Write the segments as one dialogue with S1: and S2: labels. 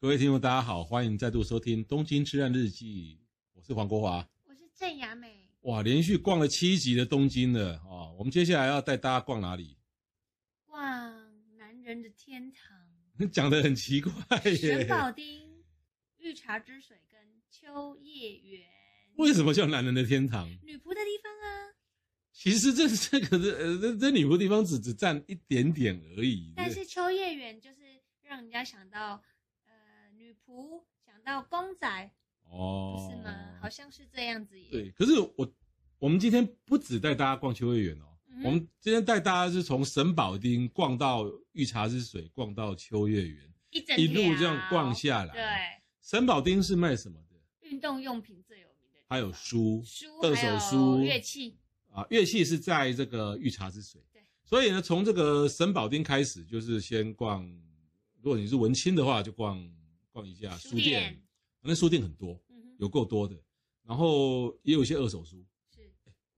S1: 各位听众，大家好，欢迎再度收听《东京之汉日记》，我是黄国华。
S2: 我是郑雅美，
S1: 哇，连续逛了七集的东京了哦！我们接下来要带大家逛哪里？
S2: 逛男人的天堂，
S1: 讲的很奇怪
S2: 神
S1: 耶，
S2: 保町、御茶之水跟秋叶原，
S1: 为什么叫男人的天堂？
S2: 女仆的地方啊。
S1: 其实这这个这呃这这女仆地方只只占一点点而已。
S2: 但是秋叶原就是让人家想到呃女仆，想到公仔，不
S1: 哦，
S2: 是吗？好像是这样子耶。
S1: 对，可是我我们今天不只带大家逛秋叶原哦，
S2: 嗯，
S1: 我们今天带大家是从神保町逛到御茶之水，逛到秋叶原，
S2: 一整
S1: 一路
S2: 条
S1: 这样逛。下来。
S2: 啊对，
S1: 神保町是卖什么的？
S2: 运动用品最有名的地方，
S1: 还有书，
S2: 书，
S1: 二手
S2: 还有
S1: 书
S2: 乐器，
S1: 啊，乐器是在这个御茶之水。
S2: 对，
S1: 所以呢，从这个神保町开始，就是先逛，如果你是文青的话，就逛逛一下书
S2: 书店
S1: 店，反正书店很多，
S2: 嗯哼，
S1: 有够多的。然后也有一些二手书。
S2: 是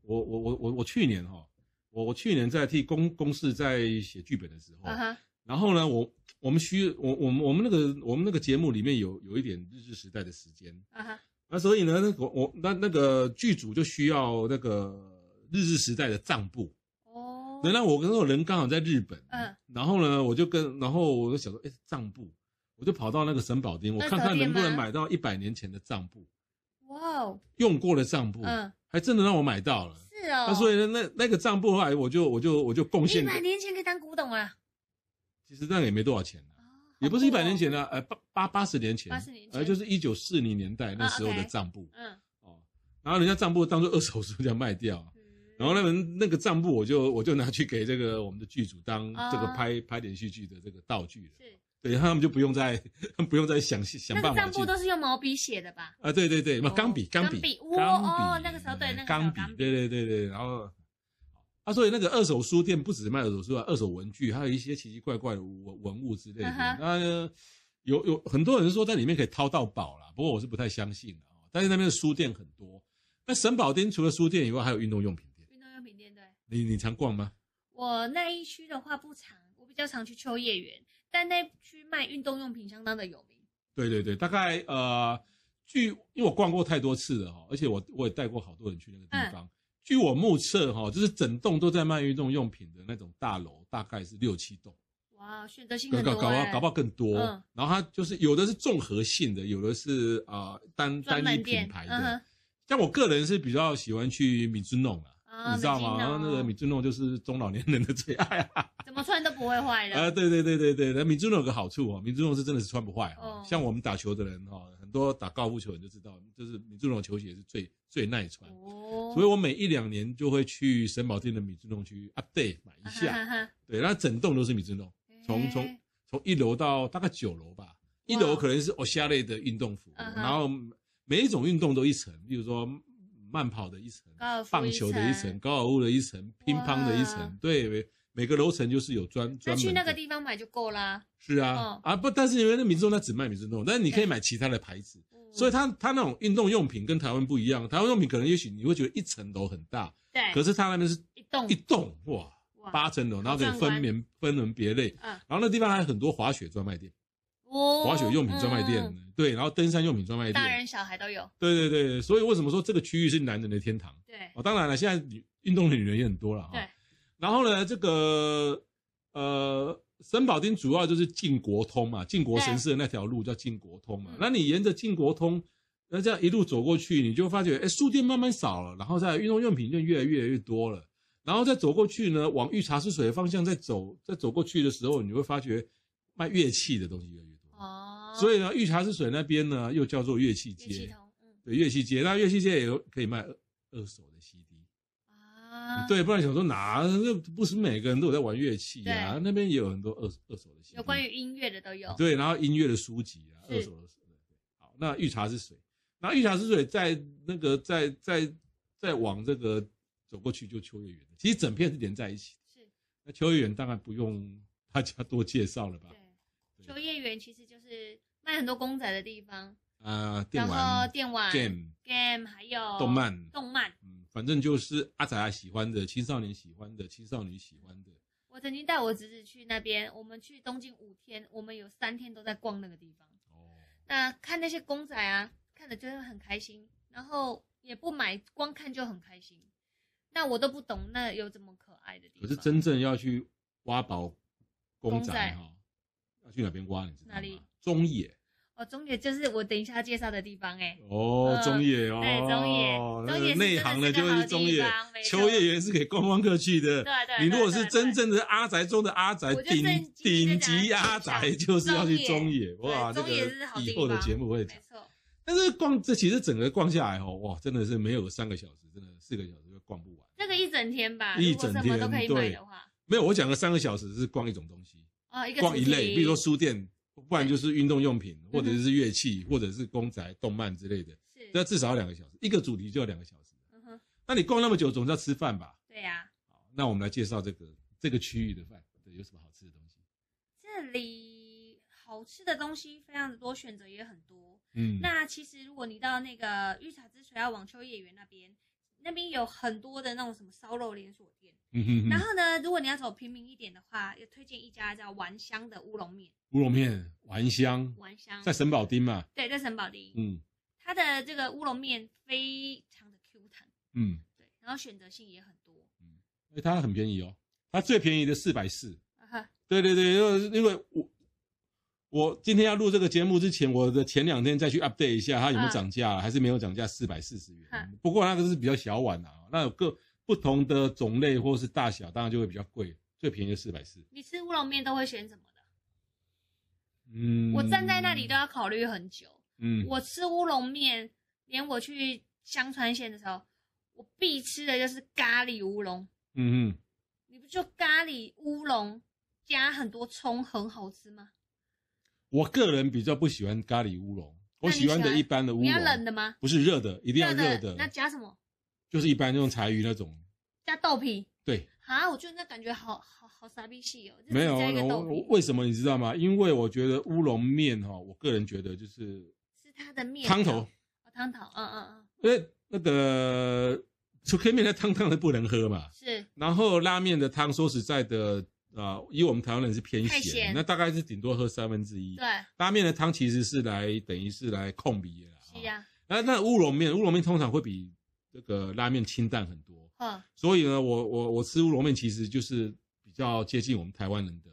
S1: 我我我我我去年哈、我我去年在替公公司在写剧本的时候，
S2: 啊哈，
S1: 然后呢，我我们需我我们我们那个我们那个节目里面有有一点日治时代的时间，
S2: 啊哈，
S1: 那所以呢，那个我那那个剧组就需要那个日治时代的账簿。
S2: 哦，
S1: 对，那我跟我人刚好在日本，嗯
S2: 嗯，
S1: 然后呢，我就跟，然后我就想说，哎，账簿，我就跑到那个神保町，我
S2: 二手
S1: 看看能不能
S2: 店吗
S1: 买到一百年前的账簿，
S2: 哇哦，
S1: 用过的账簿，
S2: 嗯，
S1: 还真的让我买到了。
S2: 是哦。
S1: 那所以呢，那那个账簿后来我就我就我就贡
S2: 一
S1: 献给，
S2: 百年前可以当古董啊，
S1: 其实那个也没多少钱啊
S2: 哦
S1: 也不是一百年前，的，呃，八八八十年前，
S2: 80年前
S1: 呃，就是一九四零年代那
S2: 啊
S1: 时候的
S2: OK
S1: 账簿
S2: 好酷哦
S1: 哦，然后人家账簿当做二手书这样卖掉。
S2: 嗯，
S1: 然后那本那个账簿，我就我就拿去给这个我们的剧组当这个
S2: 啊
S1: 拍、拍连续剧的这个道具了。
S2: 是
S1: 对， 他们就不用再不用再想想
S2: 那
S1: 办
S2: 个
S1: 法
S2: 账
S1: 去
S2: 簿都是用毛笔写的吧？
S1: 啊，对对对，嘛
S2: 哦
S1: 钢笔钢
S2: 钢
S1: 笔
S2: 笔哇哦那个时候对那个时候
S1: 钢笔
S2: 钢笔
S1: 对对对对，然后啊，所以那个二手书店不只卖二手书啊，二手文具，还有一些奇奇怪怪的文文物之类的。
S2: 嗯哼
S1: 那呃有有很多人说在里面可以掏到宝啦，不过我是不太相信的哦。但是那边的书店很多，那神保町除了书店以外，还有运动用品店。
S2: 运动用品店对。
S1: 你你常逛吗？
S2: 我那一区的话不常，我比较常去秋叶原，但那区卖运动用品相当的有名。
S1: 对对对，大概呃，据因为我逛过太多次了哈，而且我我也带过好多人去那个
S2: 嗯
S1: 地方。据我目测哈，就是整栋都在卖运动用品的那种大楼，大概是六七栋，
S2: 哇，选择性
S1: 搞
S2: 很多、
S1: 搞
S2: 欸，
S1: 搞不好搞不好更多。
S2: 嗯
S1: 然后它就是有的是综合性的，有的是啊、呃单单
S2: 专
S1: 一
S2: 门
S1: 品
S2: 店，
S1: 牌的。
S2: 嗯
S1: 像我个人是比较喜欢去米尊弄啦，
S2: 哼，啊
S1: 你知道吗？
S2: 美津
S1: 然后
S2: 浓
S1: 那个米尊弄就是中老年人的最爱啊。
S2: 怎么穿都不会坏的。
S1: 啊，对对对对对，那民族有个好处哦，民族是真的是穿不坏哦。
S2: 哦
S1: 像我们打球的人哦，很多打高尔夫球人就知道，就是民族球鞋是最最耐穿。
S2: 哦，
S1: 所以我每一两年就会去神保店的米芝弄去 update 买一下，
S2: 啊哈哈哈
S1: 对，那整栋都是米芝弄，从从
S2: 哎
S1: 从一楼到大概九楼吧，一楼可能是 o s h a 类的运动服，
S2: 嗯哼
S1: 然后每一种运动都一层，例如说慢跑的一层，
S2: 高尔夫
S1: 棒球的一层，，高尔夫的一层，乒乓的一层
S2: 哇，
S1: 对，每每个楼层就是有专
S2: 哎那
S1: 专门
S2: 去
S1: 的。
S2: 那个地方买就够啦。
S1: 是啊
S2: 嗯，
S1: 啊不，但是因为那民众它只卖民众但是你可以买其他的牌子，
S2: 嗯
S1: 所以它它那种运动用品跟台湾不一样，台湾用品可能也许你会觉得一层楼很大，
S2: 对，
S1: 可是它那边是
S2: 哎一栋
S1: 一栋哇
S2: 哇
S1: 八层楼，然后可以
S2: 壮观
S1: 分门分门别类，
S2: 嗯
S1: 然后那地方还有很多滑雪专卖店，
S2: 哦
S1: 滑雪用品专卖店，
S2: 嗯
S1: 对，然后登山用品专卖
S2: 大
S1: 店，
S2: 人小孩都有。
S1: 对对对，所以为什么说这个区域是男人的天堂？
S2: 对，
S1: 哦，当然了，现在女运动的女人也很多了哈。
S2: 对。
S1: 然后呢，这个呃，神保町主要就是靖国通嘛，靖国神社那条路叫靖国通嘛
S2: 嗯。
S1: 那你沿着靖国通，那这样一路走过去，你就发觉，哎，书店慢慢少了，然后在运动用品就越来越越多了。然后再走过去呢，往御茶之水的方向再走，再走过去的时候，你会发觉卖乐器的东西越来越多。
S2: 哦，
S1: 所
S2: 以
S1: 以呢，御茶之水那边呢又叫做乐器街，
S2: 乐器通，嗯
S1: 对乐器街，那乐器街也有可以卖二二手的 CD。
S2: 啊，嗯，
S1: 对，不然想说哪，那不是每个人都有在玩乐器啊，那边也有很多二二手的 CD，
S2: 有关于哦音乐的都有。
S1: 对，然后音乐的书籍啊，
S2: 是
S1: 二手的书籍。好，那御茶之水，那御茶之水在那个在在在往这个走过去就秋叶原了，其实整片是连在一起的。
S2: 是，
S1: 那秋叶原当然不用大家多介绍了吧？
S2: 对，秋叶原其实就是卖很多公仔的地方，
S1: 呃，电
S2: 然后
S1: 玩、
S2: 电玩、
S1: game、
S2: game 还有
S1: 动漫，
S2: 动漫。
S1: 嗯，反正就是阿仔啊喜欢的、青少年喜欢的、青少女喜欢的。
S2: 我曾经带我侄子去那边，我们去东京五天，我们有三天都在逛那个地方。
S1: 哦，
S2: 那看那些公仔啊，看着就会很开心，然后也不买，光看就很开心。那我都不懂，那有这么可爱的地
S1: 可
S2: 方？
S1: 是真正要去挖宝公
S2: 公
S1: 仔
S2: 仔
S1: 哈、要去哪边挖？你知道吗
S2: 哪里？
S1: 中野。
S2: 哦，中野就是我等一下介绍的地方哎、
S1: 哦，
S2: 嗯
S1: 中野哦，
S2: 对中野
S1: 那
S2: 中
S1: 个
S2: 野是
S1: 内
S2: 真的
S1: 行
S2: 是
S1: 的
S2: 个
S1: 就
S2: 好
S1: 是
S2: 地
S1: 中野
S2: 方，没
S1: 秋
S2: 错
S1: 叶原是给观光客去的。
S2: 对
S1: 你
S2: 对，
S1: 如果
S2: 对啊
S1: 是
S2: 对
S1: 真正的阿宅中的阿宅，
S2: 我就
S1: 顶
S2: 正经
S1: 顶
S2: 地讲
S1: 级阿宅就是要去中
S2: 中
S1: 野，哇，这
S2: 对
S1: 个
S2: 中野是好地
S1: 以后的
S2: 方
S1: 节目会
S2: 对
S1: 讲
S2: 没。错，
S1: 但是逛这其实整个逛下来哦，哇，真的是没有三个小时，真的四个小时就逛不完。
S2: 那个一整天吧，
S1: 一
S2: 如果
S1: 整
S2: 什么都
S1: 天
S2: 可以买
S1: 对
S2: 的话，
S1: 没有，我讲的三个小时是逛一种东西，
S2: 哦，一个
S1: 逛
S2: 主
S1: 一类，
S2: 题
S1: 比如说书店，不然就是运动用品，或者
S2: 嗯
S1: 是乐器，或者是公仔、动漫之类的，
S2: 是，
S1: 那至少要两个小时，一个主题就要两个小时。
S2: 嗯哼，
S1: 那你逛那么久，总是要吃饭吧？
S2: 对啊呀、
S1: 好，那我们来介绍这个这个区域的饭，对，有什么好吃的东西？
S2: 这里好吃的东西非常的多，选择也很多。
S1: 嗯，
S2: 那其实如果你到那个御茶之水啊要往秋叶原那边，那边有很多的那种什么烧肉连锁店。
S1: 嗯哼
S2: 然
S1: 哼，
S2: 后呢，如果你要走平民一点的话，也推荐一家叫丸香的乌龙面。
S1: 乌龙面、丸香，
S2: 丸香
S1: 在神保町嘛，
S2: 对，在神保町，
S1: 嗯
S2: 它的这个乌龙面非常的 Q 弹，
S1: 嗯，
S2: 对，然后选择性也很多。
S1: 因为它很便宜哦，它最便宜的四百四。
S2: 啊哈，
S1: 对对对，因为因为我我今天要录这个节目之前，我的前两天再去 update 一下它有没有
S2: 嗯
S1: 涨价啊，还是没有涨价，四百四十元
S2: 嗯。
S1: 不过那个是比较小碗啊，那有各不同的种类或是大小，当然就会比较贵，最便宜的四百四。
S2: 你吃乌龙面都会选什么的？
S1: 嗯，
S2: 我站在那里都要考虑很久。
S1: 嗯，
S2: 我吃乌龙面，连我去香川县的时候，我必吃的就是咖喱乌龙。
S1: 嗯嗯，
S2: 你不就咖喱乌龙加很多葱很好吃吗？
S1: 我个人比较不喜欢咖喱乌龙，
S2: 那
S1: 我
S2: 你
S1: 喜欢
S2: 喜
S1: 的
S2: 欢
S1: 一般的乌
S2: 你要冷
S1: 龙，
S2: 的吗？
S1: 不是热的，一定要热
S2: 那
S1: 的，
S2: 加什么？
S1: 就是一般那种柴鱼那种。
S2: 加豆皮
S1: 对，
S2: 啊！我觉得那感觉好好好傻逼气哦，就
S1: 没有啊
S2: 只加一个
S1: 我
S2: 豆
S1: 我
S2: 皮，
S1: 为什么你知道吗？因为我觉得乌龙面哈，我个人觉得就是
S2: 是它的面
S1: 汤头
S2: 哦，，汤头，嗯嗯
S1: 因为那个粗 K 面的汤汤的不能喝嘛
S2: 嗯，，是
S1: 然后拉面的汤说实在的，呃，以我们台湾人是偏
S2: 太
S1: 咸，
S2: 咸
S1: 那大概是顶多喝三分之一。
S2: 对，
S1: 拉面的汤其实是来等于是来控鼻的啦。
S2: 是呀、
S1: 那那乌龙面，乌龙面通常会比这个拉面清淡很多，
S2: 啊，
S1: 所以呢，我我我吃乌龙面其实就是比较接近我们台湾人的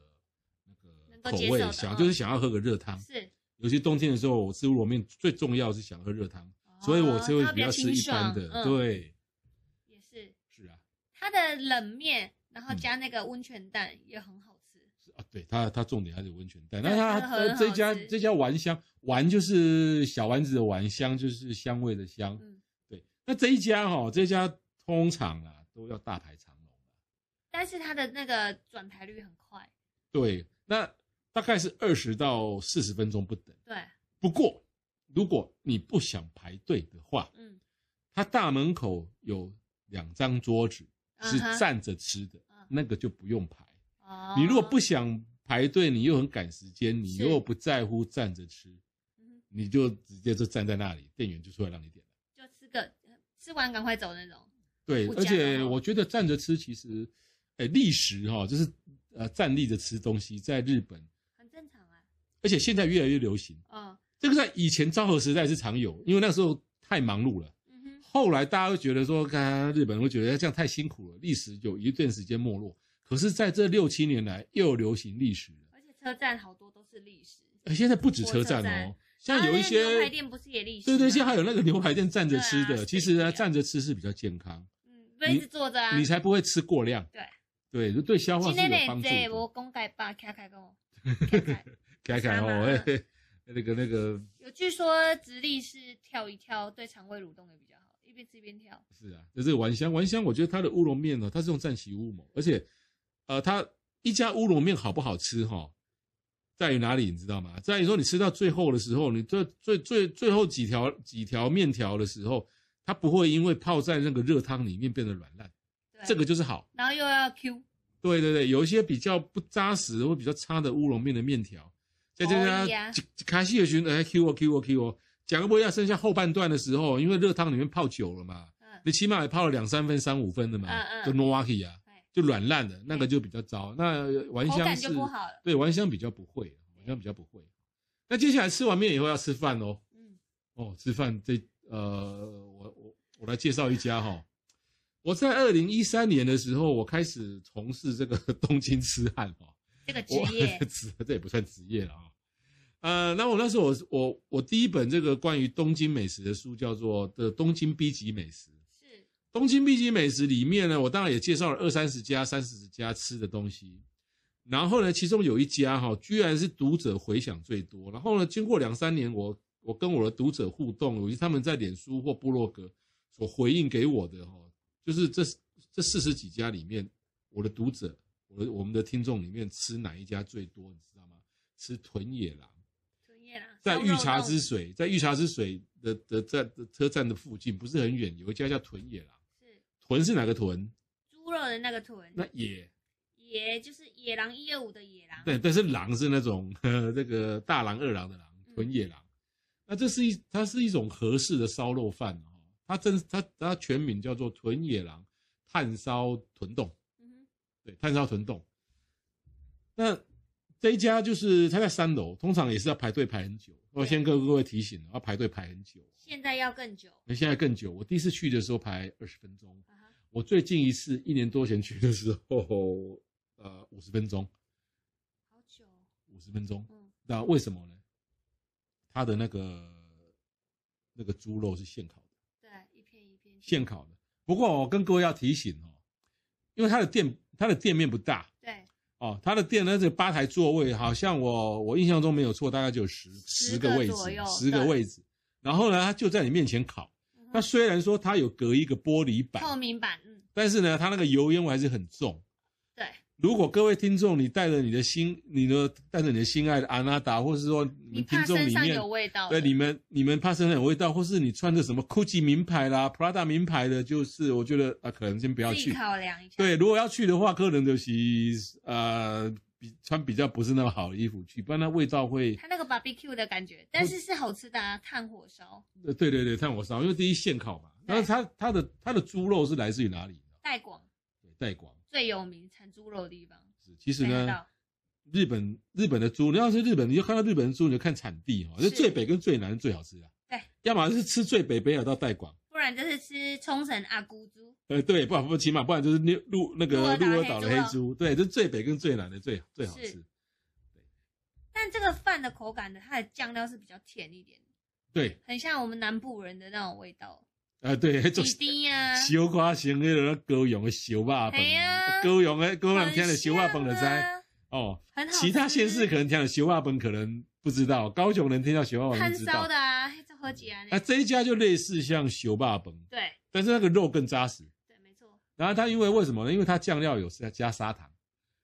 S2: 能
S1: 那个
S2: 够
S1: 口
S2: 接受
S1: 味，
S2: 的
S1: 想
S2: 嗯
S1: 就是想要喝个热汤。
S2: 是，
S1: 尤其冬天的时候，我吃乌龙面最重要是想喝热汤，所以我就
S2: 哦
S1: 会
S2: 它
S1: 比较吃
S2: 清
S1: 一般
S2: 爽，
S1: 的。
S2: 嗯，
S1: 对，
S2: 也是
S1: 是啊，
S2: 它的冷面，然
S1: 嗯
S2: 后加那个温泉蛋也很好吃，
S1: 是啊，对它它重点还是有温泉蛋。
S2: 对
S1: 那它
S2: 它很
S1: 它
S2: 好
S1: 这家
S2: 吃
S1: 这家丸香丸就是小丸子的丸香，就是香味的香。
S2: 嗯，
S1: 对，那这一家哈、哦，这家通常啊都要大排长龙啊
S2: 但是它的那个转台率很快，
S1: 对，那大概是二十到四十分钟不等。
S2: 对，
S1: 不过，如果你不想排队的话，
S2: 嗯
S1: 它大门口有两张桌子是
S2: 嗯哼
S1: 站着吃的
S2: 嗯
S1: 那个就不用排。
S2: 哦
S1: 你如果不想排队，你又很赶时间，你
S2: 是
S1: 又不在乎站着吃，
S2: 嗯
S1: 你就直接就站在那里，店员就出来让你点了。
S2: 就吃个吃完赶快走那种，
S1: 对，
S2: 不
S1: 而
S2: 加
S1: 且
S2: 了哦
S1: 我觉得站着吃其实，哎，立食哈、就是呃站立着吃东西，在日本，
S2: 很正常啊。
S1: 而且现在越来越流行。
S2: 哦，
S1: 这个在以前昭和时代是常有，因为那时候太忙碌了。
S2: 嗯哼，
S1: 后来大家会觉得说，看日本人会觉得这样太辛苦了，历史有一段时间没落。可是，在这六七年来，又流行历史了。
S2: 而且车站好多都是历史，
S1: 呃现在不止车站
S2: 火车
S1: 哦像
S2: 站，啊
S1: 有一
S2: 那个牛排
S1: 些，
S2: 店不是也历史吗？
S1: 对对，现在还有那个牛排店站着吃
S2: 对
S1: 的。
S2: 啊
S1: 其实呢，
S2: 是这样
S1: 站着吃是比较健康，
S2: 嗯，不要一直坐着啊。
S1: 你才不会吃过量。
S2: 对
S1: 对，就对消化
S2: 今
S1: 是有
S2: 天
S1: 帮
S2: 呢，
S1: 助
S2: 这
S1: 的。
S2: 我公改吧，开开跟我。 开开
S1: 凯凯
S2: 妈妈
S1: 哦，嘿 嘿那个那个，
S2: 有据说直立是跳一跳对肠胃蠕动也比较好，一边吃一边跳，
S1: 是啊，就是丸香，丸香，我觉得它的乌龙面呢，它是用战旗乌龙，而且，呃，它一家乌龙面好不好吃哈、在于哪里，你知道吗？在于说你吃到最后的时候，你最最最最后几条几条面条的时候，它不会因为泡在那个热汤里面变得软烂，
S2: 对，
S1: 这个就是好。
S2: 然后又要 Q，
S1: 对对对，有一些比较不扎实或比较差的乌龙面的面条，再加
S2: 哦呀
S1: 上卡西尔群哎 Q 哦 Q 哦 Q 哦，贾克波亚剩下后半段的时候，因为热汤里面泡久了嘛，
S2: 嗯，
S1: 你起码也泡了两三分、三五分的嘛，
S2: 嗯嗯
S1: 就 n o w a k i 啊
S2: 哎，
S1: 就软烂的那个就比较糟。那丸
S2: 口
S1: 香
S2: 感
S1: 是
S2: 就不好了，
S1: 对丸香比较不会，丸香比较不会。那接下来吃完面以后要吃饭哦，
S2: 嗯，
S1: 哦，吃饭这呃，我我我来介绍一家哈、我在二零一三年的时候，我开始从事这个 东京痴汉哈、哦，
S2: 这个职
S1: 我
S2: 业
S1: 职这也不算职业了啊、呃，那我那时候我我我第一本这个关于东京美食的书叫做《的东京 B 级美食》。
S2: 是
S1: 东京 B 级美食里面呢，我当然也介绍了二三十家、三四十家吃的东西。然后呢，其中有一家哈、居然是读者回响最多。然后呢，经过两三年我，我跟我的读者互动，以及他们在脸书或部落格所回应给我的哈、就是这这四十几家里面，我的读者，我的我们的听众里面吃哪一家最多，你知道吗？吃豚野狼。
S2: 专业啦，
S1: 在
S2: 烧
S1: 御
S2: 啊肉
S1: 茶
S2: 弄
S1: 之水，在御茶之水的的站的车站的附近，不是很远，有一家叫豚野狼。
S2: 是
S1: 豚是哪个豚？
S2: 猪肉的那个臀，
S1: 那野
S2: 野就是野狼一二五的野狼，
S1: 对，但是狼是那种 呃这个大狼、二狼的狼，豚野狼。那这是一它是一种合适的烧肉饭哦，它真它它全名叫做豚野狼炭烧豚冻。
S2: 嗯
S1: 对，炭烧豚冻。那这一家就是它在三楼，通常也是要排队排很久。我
S2: 对
S1: 先跟各位提醒，要排队排很久。
S2: 哼，现在要更久，
S1: 那现在更久，我第一次去的时候排二十分钟，
S2: 啊哈，
S1: 我最近一次一年多前去的时候，呃，五十分钟，
S2: 好久哦，
S1: 五十分钟。
S2: 嗯，
S1: 那为什么呢？它的那个那个猪肉是现烤的，
S2: 对，一片一片
S1: 现烤的。不过我跟各位要提醒哦，因为它的店它的店面不大
S2: 对
S1: 哦，它的店呢这吧台座位好像我我印象中没有错，大概就有十
S2: 十
S1: 十个
S2: 个
S1: 位置
S2: 左右，
S1: 十个
S2: 对
S1: 位置。然后呢，它就在你面前烤。
S2: 嗯
S1: 那
S2: 哼
S1: 虽然说它有隔一个玻璃板，
S2: 透明版，嗯，
S1: 但是呢，它那个油烟味还是很重。
S2: 对，
S1: 如果各位听众，你带着你的心，你的带着你的心爱的阿娜达，或是说你
S2: 你
S1: 们听
S2: 怕
S1: 众
S2: 身
S1: 里
S2: 上
S1: 面，
S2: 有味道的，
S1: 对你们你们怕身上有味道，或是你穿着什么 GUCCI 名牌啦、Prada 名牌的，就是我觉得啊，可能先不要
S2: 自己
S1: 去。
S2: 考量一下，
S1: 对，如果要去的话，可能就是呃，比穿比较不是那么好的衣服去，不然那味道会。
S2: 它那个 barbecue 的感觉，但是是好吃的啊，炭火烧
S1: 呃对对对，炭火烧，因为第一现烤嘛。
S2: 对
S1: 那它它的它的猪肉是来自于哪里？
S2: 带广
S1: 对，带广
S2: 最有名产猪肉的地方，
S1: 是。其实
S2: 没
S1: 呢
S2: 想，到
S1: 日本日本的猪，你要是日本，你就看到日本的猪，你就看产地哈、哦，
S2: 是
S1: 就最北跟最南是最好吃的。
S2: 对，
S1: 要么是吃最北北海道带广，
S2: 不然就是吃冲绳阿姑猪，
S1: 呃，对，不好不起码不然就是鹿鹿那个
S2: 鹿
S1: 鹿
S2: 儿
S1: 儿
S2: 岛
S1: 岛
S2: 的
S1: 的黑
S2: 黑猪啊
S1: 猪，对，这最北跟最南的最最好
S2: 是
S1: 吃。
S2: 但这个饭的口感的，它的酱料是比较甜一点的，
S1: 对，
S2: 很像我们南部人的那种味道，啊
S1: 呃，对，就
S2: 米
S1: 是
S2: 滴呀，
S1: 小花型那个高雄的小霸饭
S2: 哎呀，
S1: 高雄的高雄听的小
S2: 小
S1: 霸饭的在哦，
S2: 啊很好吃。
S1: 其他县市可能听的小霸饭可能不知道，高雄人听到小霸饭
S2: 炭
S1: 就知道
S2: 烧。的啊，黑椒和吉啊，
S1: 那这一家就类似像小霸饭，
S2: 对
S1: 但是那个肉更扎实。
S2: 对，没错，
S1: 然后它因为为什么呢？因为它酱料有是加砂糖，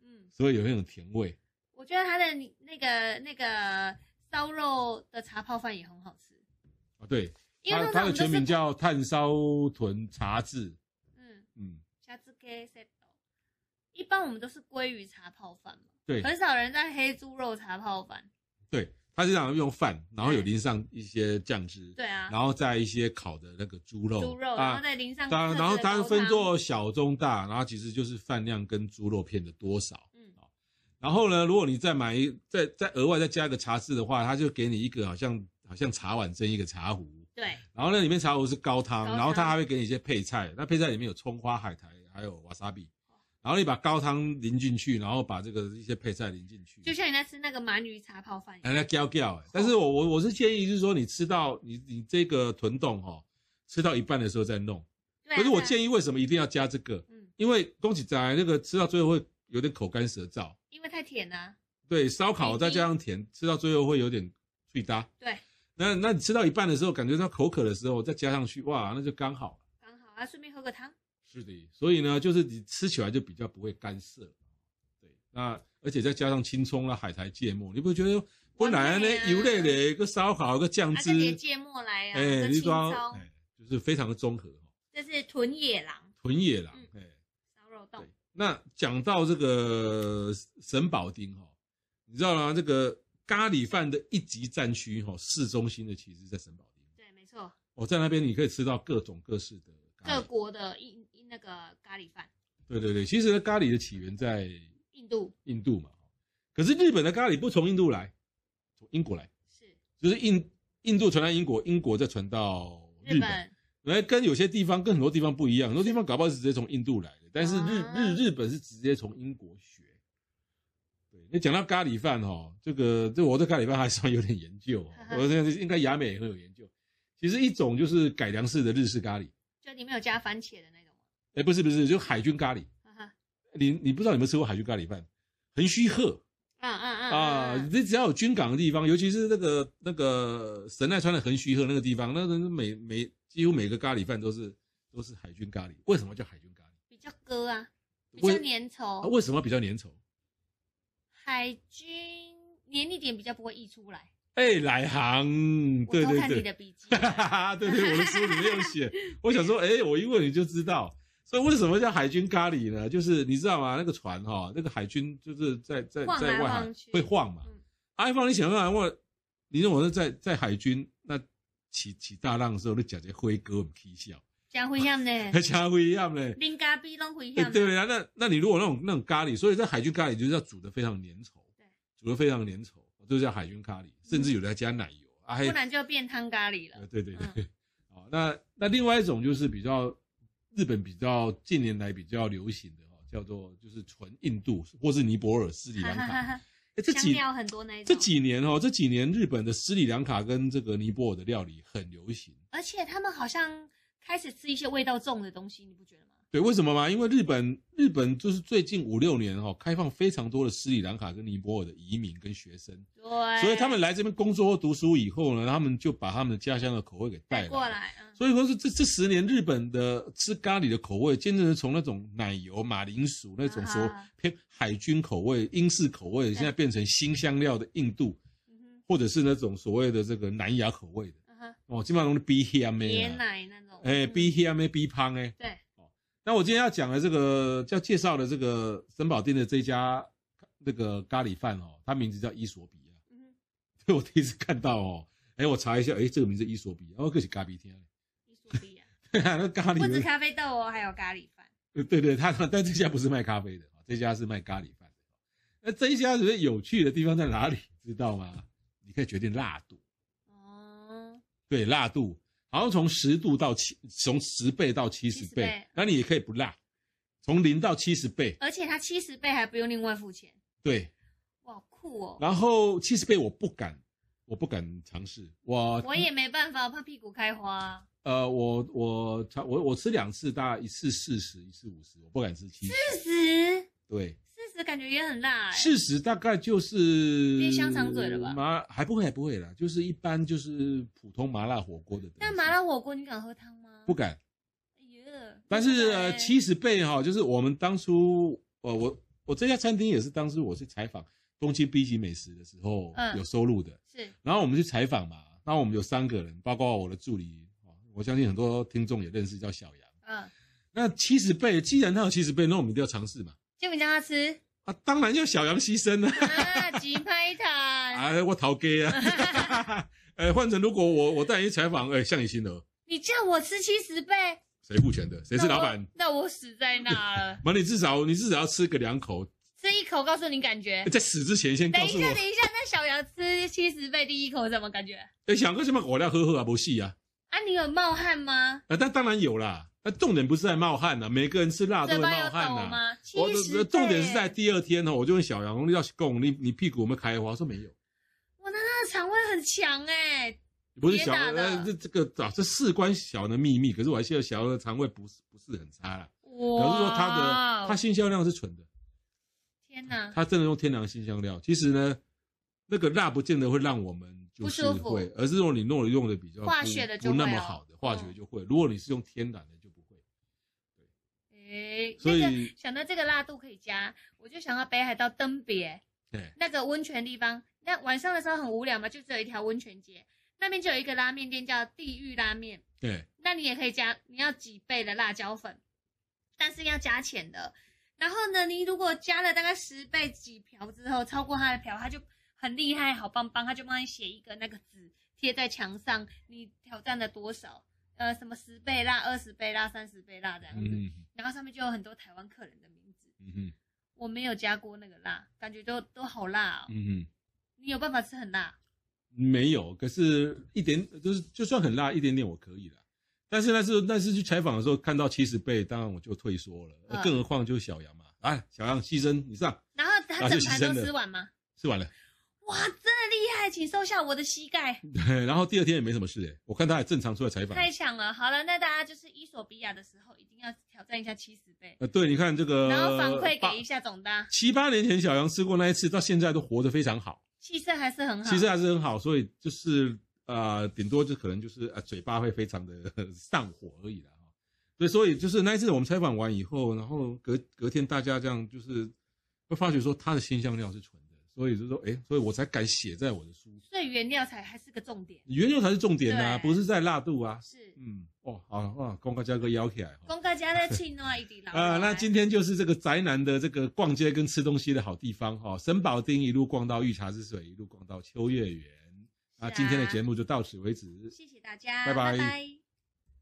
S2: 嗯，
S1: 所以有那种甜味。
S2: 我觉得它的那个那个烧肉的茶泡饭也很好吃，
S1: 啊，对，
S2: 因
S1: 它
S2: 为
S1: 它
S2: 通
S1: 的
S2: 常我们都
S1: 全名
S2: 是
S1: 叫炭烧豚茶渍。
S2: 嗯，
S1: 嗯，
S2: 下次给 set 一般我们都是鲑鱼茶泡饭嘛，
S1: 对
S2: 很少人在黑猪肉茶泡饭，
S1: 对，它是这样用饭，然后有
S2: 对
S1: 淋上一些酱汁，
S2: 嗯对啊，
S1: 然后再一些烤的那个猪肉，
S2: 猪肉，然后
S1: 啊，
S2: 再淋上
S1: 它
S2: 特制
S1: 然后
S2: 的
S1: 它
S2: 高
S1: 分
S2: 汤，
S1: 做小、中、大，然后其实就是饭量跟猪肉片的多少。
S2: 嗯，
S1: 然后呢，如果你再买一再再额外再加一个茶渍的话，它就给你一个好像好像茶碗蒸一个茶壶，
S2: 对，
S1: 然后那里面茶壶是高汤，
S2: 高汤
S1: 然后它还会给你一些配菜，那配菜里面有葱花、海苔，还有 wasabi。然
S2: 哦
S1: 后你把高汤淋进去，然后把这个一些配菜淋进去，
S2: 就像你在吃那个鳗鱼茶泡饭一
S1: 哎，
S2: 样，
S1: 那掉掉
S2: 哦
S1: 哎。但是我我我是建议，就是说你吃到你你这个豚冻哈、哦，吃到一半的时候再弄。
S2: 对啊
S1: 可是我
S2: 对啊
S1: 建议为什么一定要加这个？
S2: 嗯，
S1: 因为宫崎宅那个吃到最后会有点口干舌燥，
S2: 因为太甜了啊，
S1: 对，烧烤再加上甜，吃到最后会有点脆搭。
S2: 对，
S1: 那那你吃到一半的时候，感觉到口渴的时候，再加上去，哇，那就刚好了。
S2: 刚好啊，顺便喝个汤。
S1: 是的，所以呢，就是你吃起来就比较不会干涩。对，那而且再加上青葱啦、啊海苔、芥末，你不觉得本来
S2: 完美
S1: 呢
S2: 啊
S1: 油类的一个烧烤、一个酱
S2: 啊，
S1: 汁
S2: 这，点芥末来啊，
S1: 哎，
S2: 跟
S1: 你
S2: 青
S1: 装，
S2: 椒，
S1: 哎，就是非常的综合哈，
S2: 这是豚野狼
S1: 豚野啦，
S2: 嗯
S1: 哎。
S2: 烧肉
S1: 对
S2: 冻，，
S1: 那讲到这个神保町哈、哦，你知道吗？这个咖喱饭的一级战区哈、哦，市中心的其实在神保町。
S2: 对，没错，
S1: 哦，在那边你可以吃到各种各式的咖
S2: 各
S1: 喱。
S2: 国的印印那个咖喱饭，
S1: 对对对，其实呢咖喱的起源在
S2: 印度
S1: 印度嘛，可是日本的咖喱不从印度来，从英国来，
S2: 是
S1: 就是印印度传到英国，英国再传到
S2: 日
S1: 日本。
S2: 本，
S1: 来跟有些地方跟很多地方不一样，很多地方搞不好是直接从印度来的，但是日
S2: 啊，
S1: 日日本是直接从英国学。对，那讲到咖喱饭哦，这个这我对咖喱饭还算有点研 究、哦我现在应该雅美也很有研究。其实一种就是改良式的日式咖喱，
S2: 就里面有加番茄的那种，
S1: 哎，不是不是，就海军咖喱。
S2: 哈哈，
S1: 你你不知道有没有吃过海军咖喱饭？横须贺
S2: 啊啊啊
S1: 啊，你只要有军港的地方，尤其是那个那个神奈川的横须贺那个地方，那个每每几乎每个咖喱饭都是都是海军咖喱。为什么叫海军咖喱？
S2: 比较割啊，比较
S1: 为
S2: 粘
S1: 啊
S2: 稠，
S1: 为什么比较粘稠？
S2: 海军粘一点比较不会溢出来。
S1: 哎，来航，对
S2: 我偷
S1: 对
S2: 看你
S1: 对，
S2: 的笔记，
S1: 哈哈哈，对对，我的书里面有 写。我想说，哎，我一问你就知道。所以为什么叫海军咖喱呢？就是你知道吗？那个船哈、那个海军就是在在
S2: 晃来
S1: 在外海
S2: 晃去
S1: 会晃嘛。
S2: 嗯
S1: 啊，放你想办法我，你认为在在海军那起起大浪的时候，你讲这辉哥我们踢 笑，
S2: 加灰 酱呢，
S1: 还加不一样 嘞。
S2: 零咖啡拢灰
S1: 哎
S2: 酱，
S1: 对啊，那那你如果那种那种咖喱，所以在海军咖喱就是要煮的非常粘稠，
S2: 对，
S1: 煮的非常粘稠，就叫海军咖喱，甚至有的还加奶油啊，还
S2: 不然就变汤咖喱
S1: 呃
S2: 了。
S1: 对对对，
S2: 嗯
S1: 哦，那那另外一种就是比较日本比较近年来比较流行的哦，叫做就是纯印度或是尼泊尔斯里
S2: 哈
S1: 兰
S2: 哈
S1: 卡，
S2: 哈
S1: 哎
S2: 哈，
S1: 这
S2: 香
S1: 几
S2: 料很多那一
S1: 这
S2: 种，
S1: 几年哦，这几年日本的斯里兰卡跟这个尼泊尔的料理很流行。
S2: 而且他们好像开始吃一些味道重的东西，你不觉得吗？
S1: 对，为什么嘛？因为日本日本就是最近五六年哦，开放非常多的斯里兰卡跟尼泊尔的移民跟学生，
S2: 对，
S1: 所以他们来这边工作或读书以后呢，他们就把他们的家乡的口味给带
S2: 带
S1: 来。
S2: 过来，嗯，
S1: 所以说是这这十年日本的吃咖喱的口味，真正是从那种奶油、马铃薯那种所
S2: 啊
S1: 偏海军口味、英式口味，现在变成新香料的印度，
S2: 嗯哼
S1: 或者是那种所谓的这个南亚口味的
S2: 嗯哼，
S1: 哦，基本上都是 B H M
S2: 椰
S1: A
S2: 奶那种，
S1: 哎
S2: 嗯
S1: B H M A B 胖哎。
S2: 对，
S1: 那我今天要讲的这个要介绍的这个森宝店的这家那个咖喱饭哦，它名字叫伊索比亚。
S2: 嗯哼
S1: 对我第一次看到哦，哎，我查一下，哎，这个名字伊索比亚，哦，可是咖喱天，
S2: 伊索比亚，
S1: 对啊， 那咖喱
S2: 不
S1: 的
S2: 止咖啡豆哦，还有咖喱饭，
S1: 呃对对，他但这家不是卖咖啡的，这家是卖咖喱饭的。那这一家觉得有趣的地方在哪里，知道吗？你可以决定辣度，
S2: 哦，
S1: 对，辣度好像从十度到七，从十倍到七十
S2: 70
S1: 倍
S2: 倍，
S1: 那你也可以不辣，从零到七十倍，
S2: 而且它七十倍还不用另外付钱，
S1: 对。
S2: 哇，好酷哦！
S1: 然后七十倍我不敢，我不敢尝试，我
S2: 我也没办法，怕屁股开花。
S1: 呃我我尝我我吃两次，大概一次四十，一次五十，我不敢吃七十，
S2: 四十，
S1: 对。
S2: 四十感觉也很辣哎、
S1: 事实大概就是
S2: 变香肠嘴了吧
S1: 麻还不会，还不会啦，就是一般就是普通麻辣火锅的。
S2: 那麻辣火锅你敢喝汤吗？
S1: 不。敢，
S2: 哎呀，
S1: 但是呃
S2: 欸
S1: 七十倍哈，就是我们当初呃我我这家餐厅也是当时我去采访东京 B 级美食的时候
S2: 嗯
S1: 有收录的，
S2: 是
S1: 然后我们去采访嘛，那我们有三个人，包括我的助理，哦我相信很多听众也认识，叫小杨。
S2: 嗯，
S1: 那七十倍，既然他有七十倍，那我们一定要尝试嘛。
S2: 就你叫他 吃
S1: 啊，当然要小杨牺牲了、
S2: 啊，吉拍塔，
S1: 啊，我逃 gay 啊！呃，换成如果我我带你去采访，哎、像你心得，
S2: 你叫我吃七十倍，
S1: 谁付钱的？谁是老板？。
S2: 那我，那我死在那了
S1: 妈，你至少你至少要吃个两 口，哎
S2: 吃一口告诉你感觉。
S1: 在死之前先
S2: 等
S1: 告
S2: 一
S1: 诉
S2: 下，
S1: 我
S2: 等，一下，那小杨吃七十倍第一口怎么感觉？
S1: 哎、想个什么果料喝喝啊，不戏啊！
S2: 啊，你有冒汗吗？
S1: 啊，但当然有啦，那重点不是在冒汗呐、啊，每个人吃辣都
S2: 嘴
S1: 会
S2: 巴
S1: 冒
S2: 有
S1: 汗呐、啊
S2: 抖吗？七
S1: 我
S2: 十
S1: 的呃
S2: 倍。
S1: 重点是在第二天哦，我就问小杨要供你，你屁股有没有开花？他说没有，
S2: 哇，那他的肠胃很强哎、
S1: 不是小
S2: 别打了
S1: 呃这这个啊，这事关小杨的秘密。可是我还记得小杨的肠胃不是不是很差啦，
S2: 哇！
S1: 表示说他的他新香料是纯的，
S2: 哦天哪，
S1: 他真的用天然新香料。其实呢，那个辣不见得会让我们就是
S2: 不舒服
S1: 会，而是如果你弄了用的比较
S2: 化
S1: 不
S2: 学的就
S1: 不那
S2: 会
S1: 么
S2: 哦
S1: 好的化学
S2: 嗯
S1: 就会，如果你是用天然的就不会。
S2: 诶、
S1: 所以
S2: 那个想到这个辣度可以加，我就想到北海道登别
S1: 对，
S2: 那个温泉地方，那晚上的时候很无聊嘛，就只有一条温泉街，那边就有一个拉面店叫地狱拉面，
S1: 对，
S2: 那你也可以加，你要几倍的辣椒粉，但是要加钱的。然后呢，你如果加了大概十倍几瓢之后，超过它的瓢，它就很厉害，好棒棒，它就帮你写一个那个纸贴在墙上，你挑战了多少，呃，什么十倍辣、二十倍辣、三十倍辣这样子，
S1: 嗯
S2: 然后上面就有很多台湾客人的名字。
S1: 嗯哼
S2: 我没有加过那个辣，感觉都都好辣、哦。
S1: 嗯哼。
S2: 你有办法吃很辣？
S1: 没有，可是一点就是就算很辣一点点我可以啦。但是那次那次去采访的时候看到七十倍，当然我就退缩了。
S2: 嗯
S1: 更何况就是小杨嘛，啊，小杨牺牲你上，
S2: 然后他
S1: 那啊就
S2: 整
S1: 牺
S2: 盘
S1: 牲
S2: 都
S1: 了
S2: 吃完吗？
S1: 吃完了。
S2: 哇，真的厉害，请收下我的膝盖。
S1: 对，然后第二天也没什么事诶，我看他还正常出来采访。
S2: 太强了！好了，那大家就是伊索比亚的时候，一定要挑战一下七十倍，
S1: 呃，对，你看这个，
S2: 然后反馈
S1: 八
S2: 给一下总大，
S1: 七八年前小杨吃过那一次，到现在都活得非常好，
S2: 气色还是很好。
S1: 其实还是很好，所以就是呃，顶多就可能就是呃嘴巴会非常的 上火而已啦。哈对，所以就是那一次我们采访完以后，然后隔隔天大家这样就是会发觉说他的新香料是纯的，所以就说诶，所以我才敢写在我的书，
S2: 所以原料才还是个重点。
S1: 原料才是重点呐、
S2: 对
S1: 不是在辣度啊。
S2: 是，
S1: 嗯，哦，好了，哇，公告嘉哥邀起来哈。
S2: 公家家的气诺 一滴老
S1: 啊、那今天
S2: 天
S1: 就是这个宅男的这个逛街跟吃东西的好地方哈、哦，神保町一路逛到御茶之啊
S2: 啊
S1: 水，一路逛到秋叶原。那今天的节目就到此为止。
S2: 谢谢大家，
S1: 拜拜
S2: 拜拜